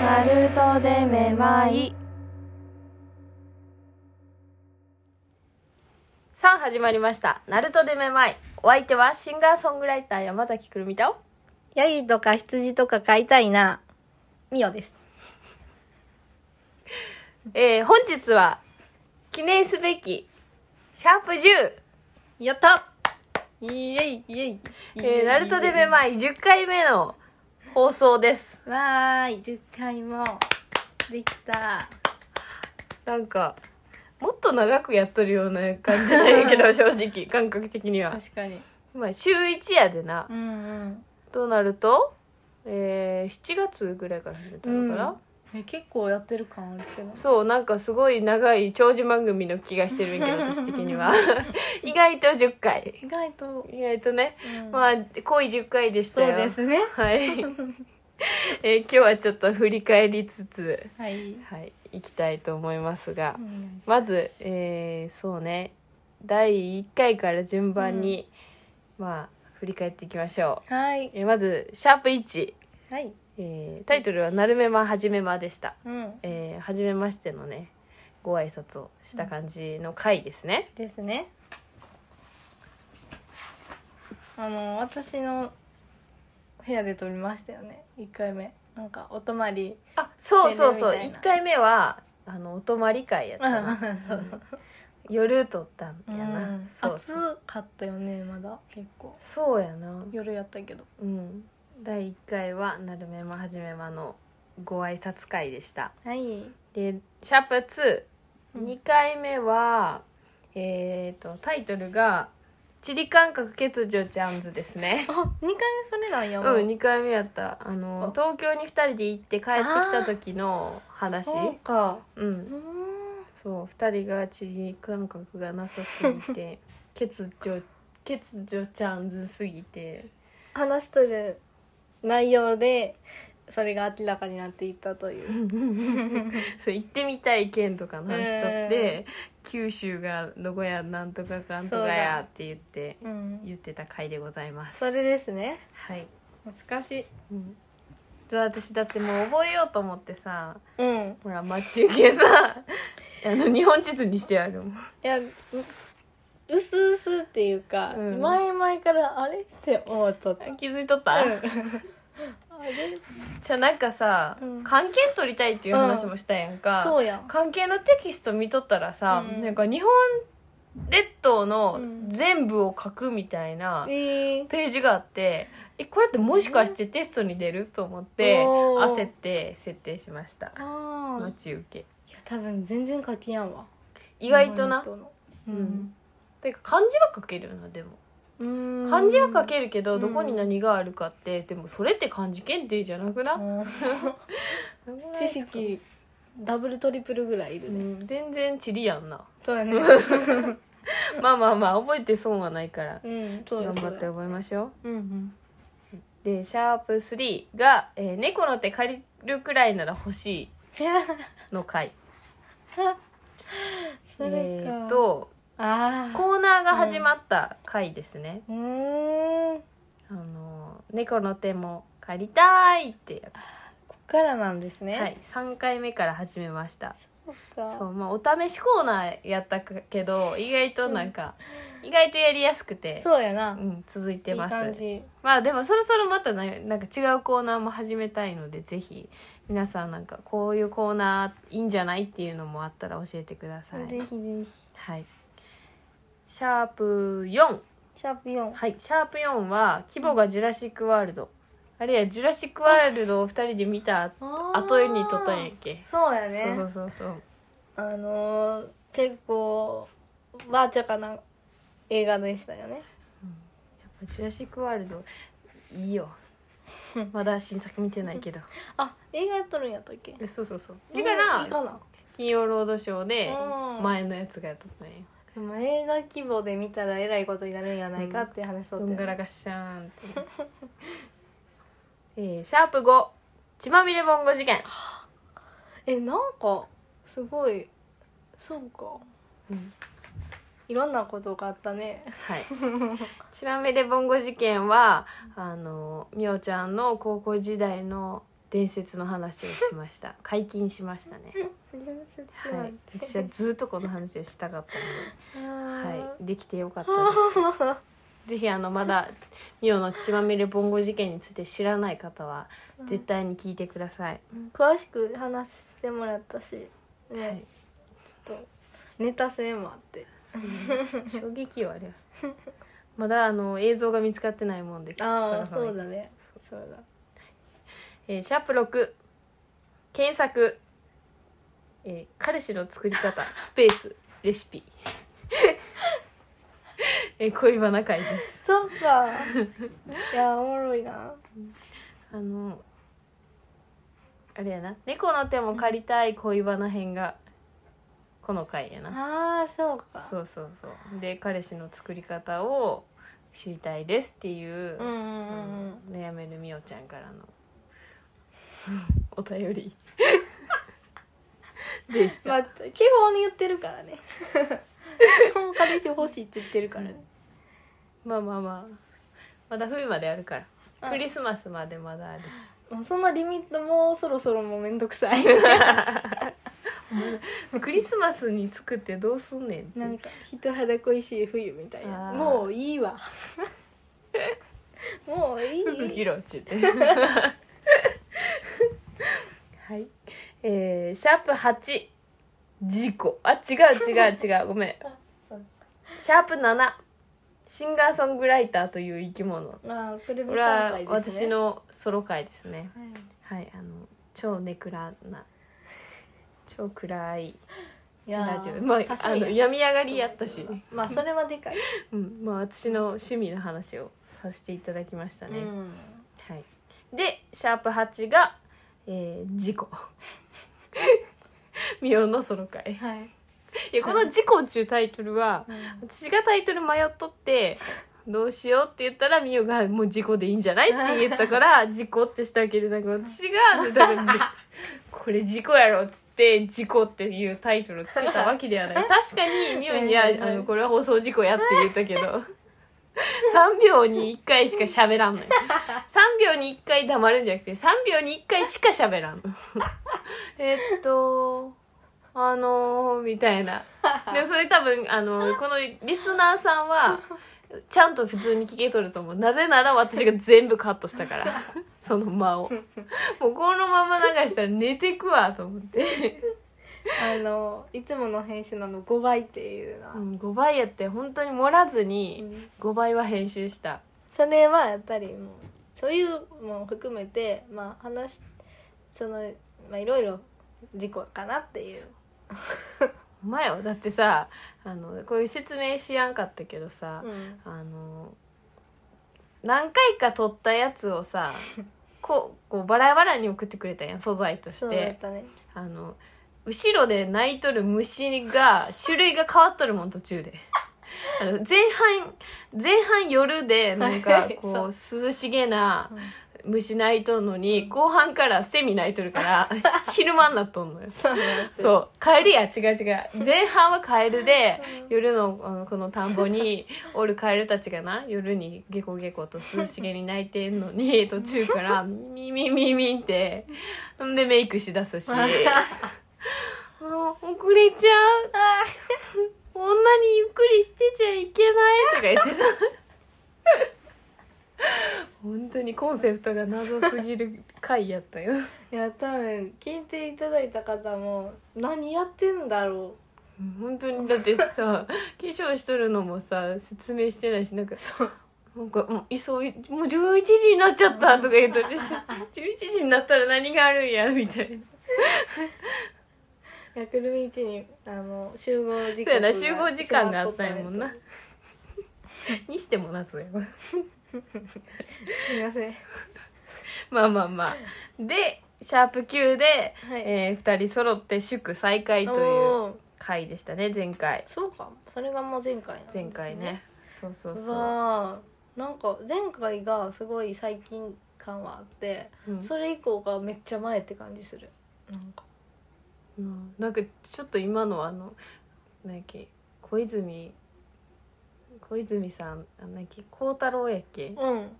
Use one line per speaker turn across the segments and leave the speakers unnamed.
ナルトでめまい。
さあ始まりました「ナルトでめまい」お相手はシンガーソングライター山崎くるみと
ヤギとか羊とか飼いたいな。ミオです。
えー、本日は記念すべきシャープ10、
やったイエイイエイ。
えー、ナルトでめまい10回目の放送です
い。わーい、10回もできた。
なんかもっと長くやっとるような感じなんや けど正直感覚的には
確かに。
今週1やでな
うんうん。
となると、えー、7月ぐらいから始めたのかな、
え結構やってる感あるけど。
そうなんかすごい長い長寿番組の気がしてるんやけど私的 には意外と10回
意外と。
意外とね、
うん
まあ恋10回でした
そう
よ
ですね。
はいえー今日はちょっと振り返りつつ
はい。
はい行きたいと思いますが
お願いしす
まずえーそうね第1回から順番に、まあ振り返っていきましょ
はい。
う、えーまずシャープ1、
はい。
えータイトルは「なるめまはじめま」でした
うん。
えー、初めましてのねご挨拶をした感じの回ですね、
ですね。あの、私の部屋で撮りましたよね。一回目。なんか、お泊まり。
あそうそうそう
ねねみ
1
たいな
回目はあのお泊まり会やった な
そうそう。
夜撮ったん
う
やな、
ん、
そうそう
暑かったよね、まだ。結構。
そうやな
夜やったけど。
うん第1回は「なるめまはじめま」のご挨拶会でした
はい。
でシャープ2
うん
2回目は、えっ、とタイトルが「地理感覚欠如ちゃんず」ですね
あ、二回目それなんや。も
うん、2回目やったあの東京に2人で行って帰ってきた時の話
そうか。
う
うんーん。
そう2人が地理感覚がなさすぎ て欠如欠如ちゃんずすぎて
話しとる内容で。それが明らかになっていったという。
そう行ってみたい県とかの話しとって、九州がどこやなんとかかんとかやって言って
うん。
言ってた回でございます
それですね。
はい、
懐かしい。
うん、私だってもう覚えようと思ってさ
うん。
ほら待ち受けさ あの日本地図にしてあるもん
いやううすうすっていうか、
うん
前々からあれって思っとった、
気づいとった、
あれ
じゃあなんかさ、
うん
関係取りたいっていう話もしたやんか、
そうやん
関係のテキスト見とったらさ、
うん
なんか日本列島の
うん
全部を書くみたいな
えー、
ページがあって、えこれってもしかしてテストに出ると思って
おー
焦って設定しました
あー
待ち受け
いや多分全然書きやんわ
意外とな
日本の
う
人
ん
の
てか漢字は書けるよなでも
うんうーん
漢字は書けるけど、
うん
どこに何があるかってでもそれって漢字検定じゃなくな、
うん知識ダブルトリプルぐらいいる
う
ね、
ん全然地理やんな
そうやね
まあまあまあ覚えて損はないから
うんそうや
頑
そ
張
うや
って覚えましょう
うんうん
でシャープ3が、えー猫の手借りるくらいなら欲し
いや
い」の回
それか、
えー、と
ああ
コーナーが始まった回ですね、
うーんこ
あのー猫の手も借りたい」ってや
こからなんですね
つ、はい、3回目から始めました
そうか
そうまあお試しコーナーやったけど意外となんか、意外とやりやすくて
そうやな
う、ん、続いてます
いい感じ
まあでもそろそろまたねなんか違うコーナーも始めたいのでぜひ皆さんなんかこういうコーナーいいんじゃないっていうのもあったら教えてくださ
ぜ
い。
ひぜ
はい、シャープ4
ひシャープ4
はいシャープ4は規模がジュラシック・ワールド、あるいはジュラシック・ワールドを2人で見た後に撮ったんやっけ、
そうやね
そうそうそうそう
あのー結構バーチャかな映画でしたよね
やっぱジュラシック・ワールドい いよまだ新作見てないけど
あ映画やっとるんやったっけ
えそうそうそうだから
いいかな
金曜ロードショーで
うん
前のやつがやっとったんよ
でも映画規模で見たらえらいことになるんやないかって話しと
ど
って、
んがらがっしゃーんってえーシャープ5血まみれぼんご事件
えなんかすごいそうか
うん
いろんなことがあったね
はい ちなみにボンゴ事件はあのみおちゃんの高校時代の伝説の話をしました 解禁しましたねはい私はずっとこの話をしたかったのではい、できてよかった です。ぜひあのまだミオの血まみれボンゴ事件について知らない方は絶対に聞いてください。
詳しく話してもらったしね、
はい、
とネタ性もあって
衝撃よあれは。まだあの映像が見つかってないもんで、ちょっと
あ
探
あ
さない
そうだねそうだ
えーシャープ六検索、えー彼氏の作り方スペースレシピ。 えー恋バナ会です。
そう かいやおもろいな
あのあれやな猫の手も借りたい恋バナ編がこの回やな
ああそうか
そうそうそうで彼氏の作り方を知りたいですっていう、
う
あ
んうんう
の
んうん
悩めるみおちゃんからのお便りでした、
まあ基本に言ってるからね 基本彼氏欲しいって言ってるからね
まあまあまあまだ冬まであるか
う
ら
ん
クリスマスまでまだあるし
もうそのリミットもうそろそろもうめんどくさ い
クリスマスに作ってどうすんねんって
なんか人肌恋しい冬みたいな
あー
もういい わもうい
服
い
着ろっちゅって はいえー、シャープ8事故あ違う違う違うごめんシャープ7シンガーソングライターという生き物
まあこれも
これは
3回です
私
ね
のソロ回ですね
はい
はいあの超ネクラな超暗い
いやー
ラジオまあ
確か
あ
に
の病み上がりやったし、
まあそれはでかい、
うんまあ、私の趣味の話をさせていただきましたね、
うん
はい、でシャープ8が、えー、 事故ミオのソロ会
はい、
いやこの「事故」っちゅうタイトルは私がタイトル迷っとってどうしようって言ったらミオが「もう事故でいいんじゃない?」って言ったから「事故」ってしたけどなんか私がだから 事これ事故やろっつって「事故」っていうタイトルをつけたわけではない確かにミオには
はいはいはい
あの「これは放送事故や」って言ったけど3秒に1回しか喋らんのよ3秒に1回黙るんじゃなくて3秒に1回しか喋 らんのえっとあのー、みたいなでもそれ多分あ のこのリスナーさんはちゃんと普通に聞けとると思うなぜなら私が全部カットしたから その間をもうこのまま流したら寝てくわと思って、
あのいつもの編集なの5倍っていうな、
うん、5倍やって本当に盛らずに
うん
5倍は編集した
それはやっぱりもうそういうも含めてまあ話しそのまあいろいろ事故かなっていう
お前はだってさあのこういう説明しやんかったけどさ、
うん
あの何回か撮ったやつをさこうこうバラバラに送ってくれたやん素材と
そ
し
うだ
て
ったね
あの後ろで鳴いとる虫が種類が変わっとるもん途中で あの前半前半夜でなん
は
か
い
こう涼しげな虫鳴いとんのに後半からセミ鳴いとるから 昼間になっとんのよ
そうなんですよ
そうカエルや違う違う前半はカエルで夜のあのこの田んぼにおるカエルたちがな夜にゲコゲコと涼しげに泣いてんのに途中からミミミミミってほんでメイクしだ すしあ遅れちゃうこんなにゆっくりしてちゃいけないとか言ってさ 本当にコンセプトが謎すぎる回やったよ、
いや多分聞いていただいた方も何やってんだろ
うん本当にだってさ化粧しとるのもさ説明してないしなんかさなんかもう急いもう11時になっちゃったとか言うとる し11時になったら何があるんやみたいな
うやくるみ一にあの集合時
そうや
間
な集合時間があったんやもんなにしても夏やわ
すいません
まあまあまあでシャープ9で、
はい
え2人揃って祝再会という
おー
回でしたね前回
そうかそれがもう前回なんですね
前回ねそうそう
う
そう
わーなんか前回がすごい最近感はあって、
うん
それ以降がめっちゃ前って感じするなんか
うん、なんかちょっと今のあの何やっけ小泉小泉さんあ何やっけ孝太郎やっけ
うん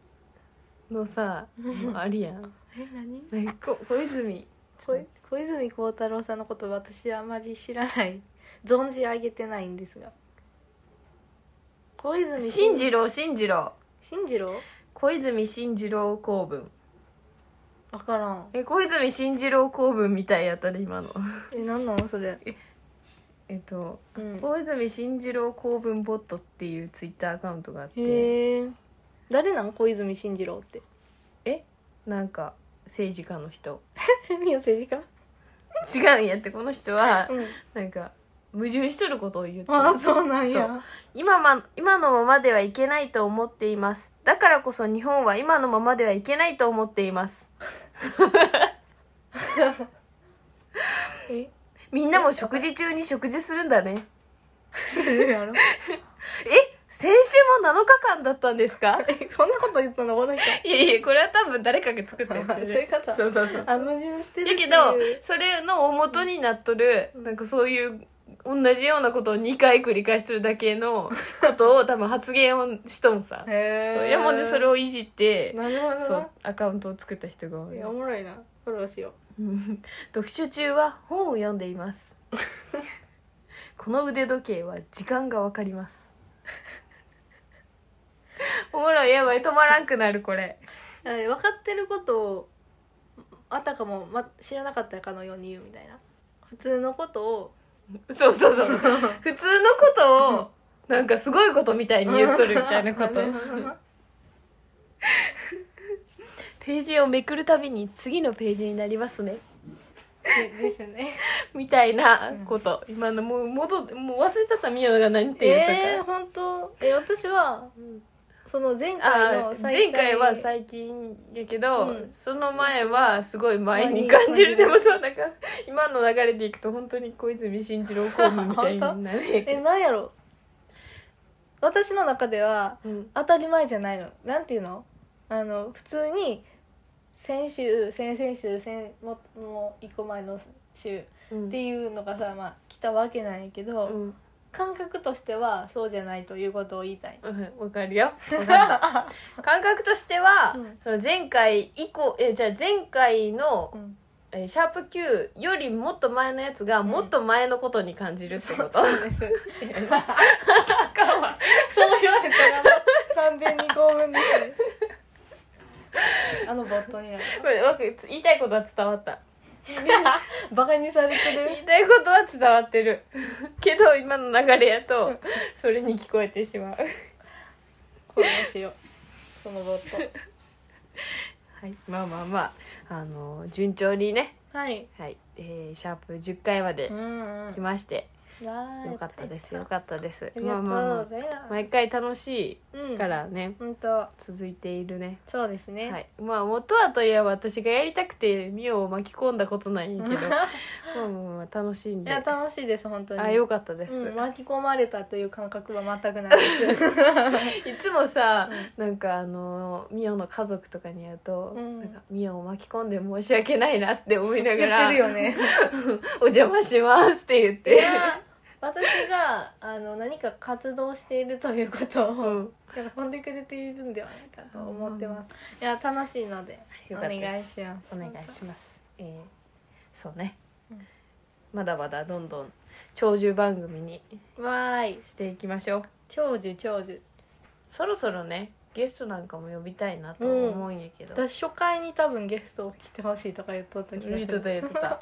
のさ
うん
あるやん
え何
何こ小泉
小小泉孝太郎さんのこと私あまり知らない 存じ上げてないんですが小泉
進次郎進次郎
進次郎
小泉進次郎公文
わからん
え小泉進次郎公文みたいやったで今の
え何なのそれ
えっと
うん
小泉進次郎公文ボットっていうツイッターアカウントがあって
へえ誰なん小泉進次郎 って
なんか政治家の人
みよ政治家
違うんやってこの人は
うん
なんか矛盾しとることを言って
ああそうなん
そう
や
今,、ま、今のままではいけないと思っていますだからこそ日本は今のままではいけないと思っています
え
みんなも食事中に食事するんだね
するやろ
え先週も7日間だったんですか
えそんなこと言ったのこの人
いやいやこれは多分誰かが作ったやつ よね
そういうこと
そうそうそう
あ矛盾してるって
や
い
け
う
どそれの大元になっとる
うん
なんかそういう同じようなことを2回繰り返してるだけのことを多分発言をしとんさ
へえ
そうやもんでそれをいじって
なるほどな
そうアカウントを作った人が多い
いやおもろいなフォローしよ
うん読書中は本を読んでいます この腕時計は時間がわかります おもろいやばい止まらんくなるこれ
うあれ分かってることをあたかも、ま、知らなかったかのように言うみたいな普通のこと を
そうそうそう 普通のことをなんかすごいことみたいに言っとるみたいなこと
るほど な
ページをめくるたびに次のページになりますね
でですね
みたいなこと、今のもう戻っもう忘れちゃった宮野が何って言ったか、
えー、本当え私は
うん
その前回
あ
の
ー前回は最近やけど、
うん
その前はすごい前に
前に
感じるでもそうなんか今の流れでいくと本当に小泉進次郎公務みたいになるんやけ
え
ど、
なんやろ私の中では
うん
当たり前じゃないのなんていうのあの普通に先週先々週先ももう一個前の週
うん
っていうのがさまあ来たわけなんやけど、
うん
感覚としてはそうじゃないということを言いたい
うんわかるよわかった 感覚としては、
うん
その前回以降えじゃあ前回の、
うん
えーシャープ Q よりもっと前のやつがもっと前のことに感じるってこと、
そうですそう言われたらもう完全に興奮ですあのボットになる
これわか言いたいことは伝わった
バカにされて
言い
る
たいことは伝わってる けど今の流れやとそれに聞こえてしまう
フォローしようそのボッ
はいまあまあまああの順調にね
トはい
はい、えーシャープ10回まで
ん
来まして、
わー
よかったですよ
あ
かったです
りが
ま
と
あ
う
まあま
ござい
あ
ま
毎回楽し
すうん
いからね、
本当
続いているね
そうですね
はいまあ元はといえば私がやりたくてミオを巻き込んだことないんやけどまあまあまあ楽しん
い
で
や楽しいです本当に
あよかったです、
うん、 巻き込まれたという感覚は全くないです。
いつもさ、なんかあのミオの家族とかに会うと、
うん
なんかミオを巻き込んで申し訳ないなって思いなが
言
ら
ってるよね。
「お邪魔します」って言っ
い
て、
や私があの何か活動しているということ
う
を
ん、
喜んでくれているんではないかと思ってます。いや楽しいのでお
よかった
願い
です
します。
お願いします、えーそうね、
うん
まだまだどんどん長寿番組に
す。わーい
していきましょう
長寿長寿。
そろそろねゲストなんかも呼びたいなと思うんやけど、
私初回に多分ゲストを来てほしいとか言っとった気が
言
す
うと
る
った。言うとった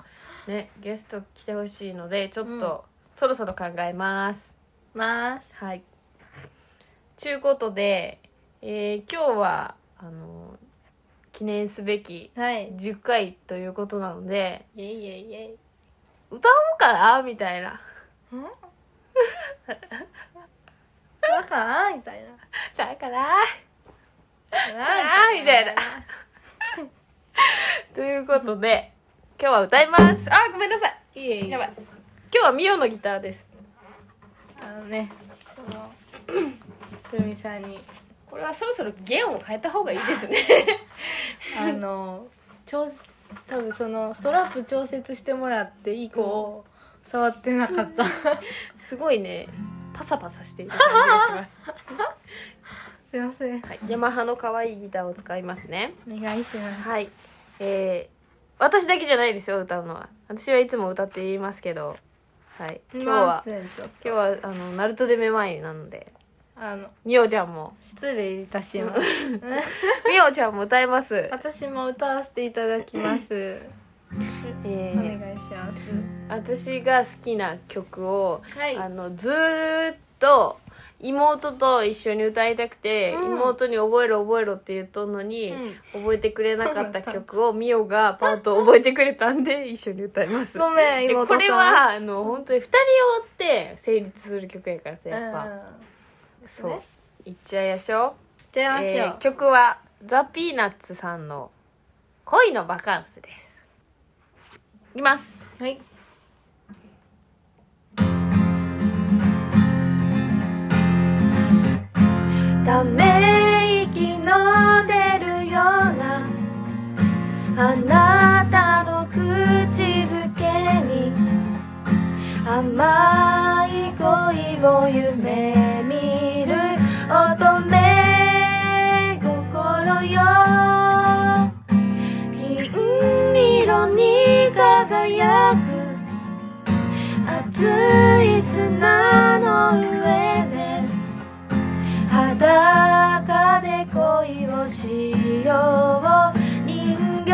ねゲスト来てほしいのでちょっと、そろそろ考えます
ます。
はい。ちゅうことで、えー今日はあの記念すべき
はい。
10回ということなので
イエイイエイイエイ。
歌おうかなみたいな。
ん？だからみたいな。
だから
な
みたいな。ということで今日は歌います。あごめんなさい。
いえいえ。
やばい。今日はミオのギターです。
あのね、その、ふみさんに、
これはそろそろ弦を変えた方がいいですね。
あの、調多分そのストラップ調節してもらって以降、触ってなか った
すごいねパサパサしている感じがします
すいません
はいヤマハの可愛いギターを使いますね
お願いします
はいえー、私だけじゃないですよ歌うのは私はいつも歌っていますけどはい今日は
すいませんちょっと
今日はあのナルトでめまいなので
あの
みおちゃん も
失礼いたします
みおちゃんも歌います、
私も歌わせていただきますお
え
願い
ー、
します
私が好きな曲を
はい
あのずーっと妹と一緒に歌いたくて、
うん
妹に覚えろ覚えろって言っとんのに、覚えてくれなかった曲をミオがパート覚えてくれたんで一緒に歌います
ごめん
で
妹
こ
さん
れはあの本当に2人用って成立する曲やからさやっぱ、
うん
そう
ね
いっちゃいやしょ
いっちゃいましょう、
えー曲はザ・ピーナッツさんの「恋のバカンス」ですいきます
はい
ため息の出るようなあなたの口づけに甘い恋を夢見る乙女心よ銀色に輝く熱い砂の上で裸で恋をしよう人形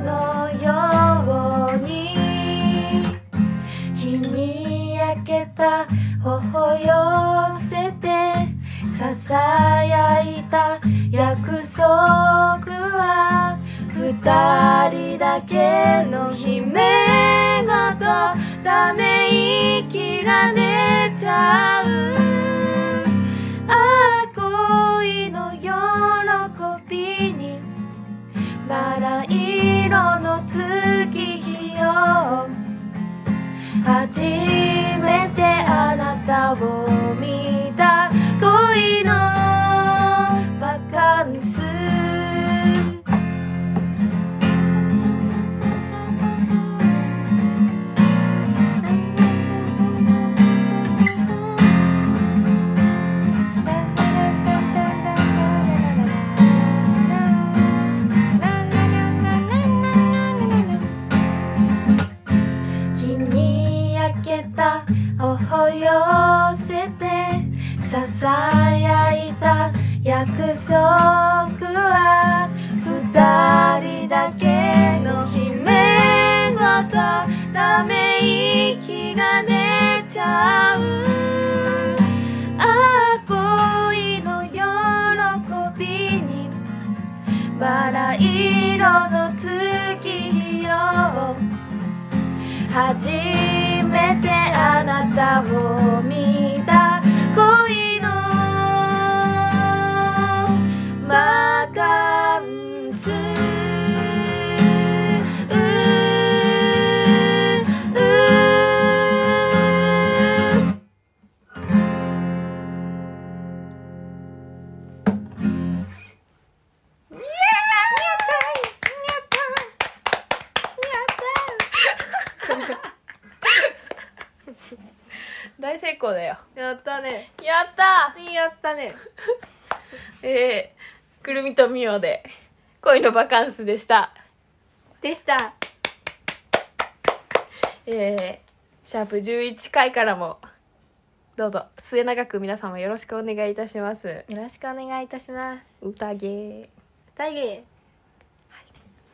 のように日に焼けた頬寄せてささやいた約束は二人だけの姫がとため息が出ちゃうああ恋の喜びにバラ色の月日よ初めてあなたを見た恋のバカンス日に焼けた頬寄せてささやいた約束は二人だけの姫ごとため息が出ちゃうああ恋の喜びにバラ色の月日よ初めてあなたを見た恋のマカンス大成功だよ
やったね
やった
やったね
えー、くるみとみおで恋のバカンスでした
でした
えー、シャープ11回からもどうぞ末永く皆様よろしくお願いいたします
よろしくお願いいたします
宴
大義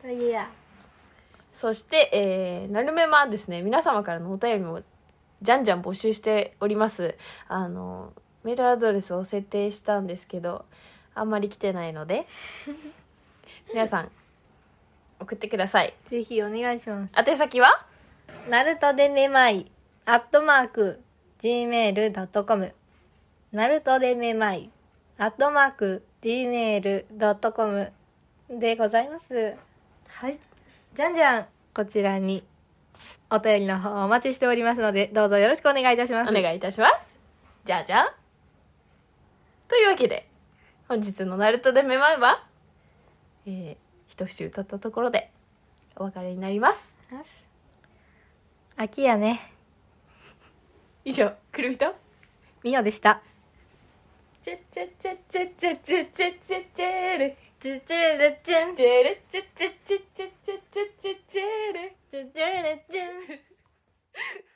大義や
そして、えー、なるめまですね皆様からのお便りもじゃんじゃん募集しておりますあのメールアドレスを設定したんですけどあんまり来てないの で皆さん送ってください
ぜひお願いします
宛先は
ナルトでめまいアットマーク gmail.com ナルトでめまいアットマーク gmail.com でございます
はい
じゃんじゃんこちらにお便りの方をお待ちしておりますのでどうぞよろしくお願いいたします
お願いいたしますじゃあじゃんというわけで本日の「ナルトでめまいは」えー、一節歌ったところでお別れになります
秋やね
以上くるみと
みおでした
チェチェチェチェチェチェチェチェチェレ
チュチュルチュン
チェレチェチェチェチェチェチェチェチェレ
チュチュルチュン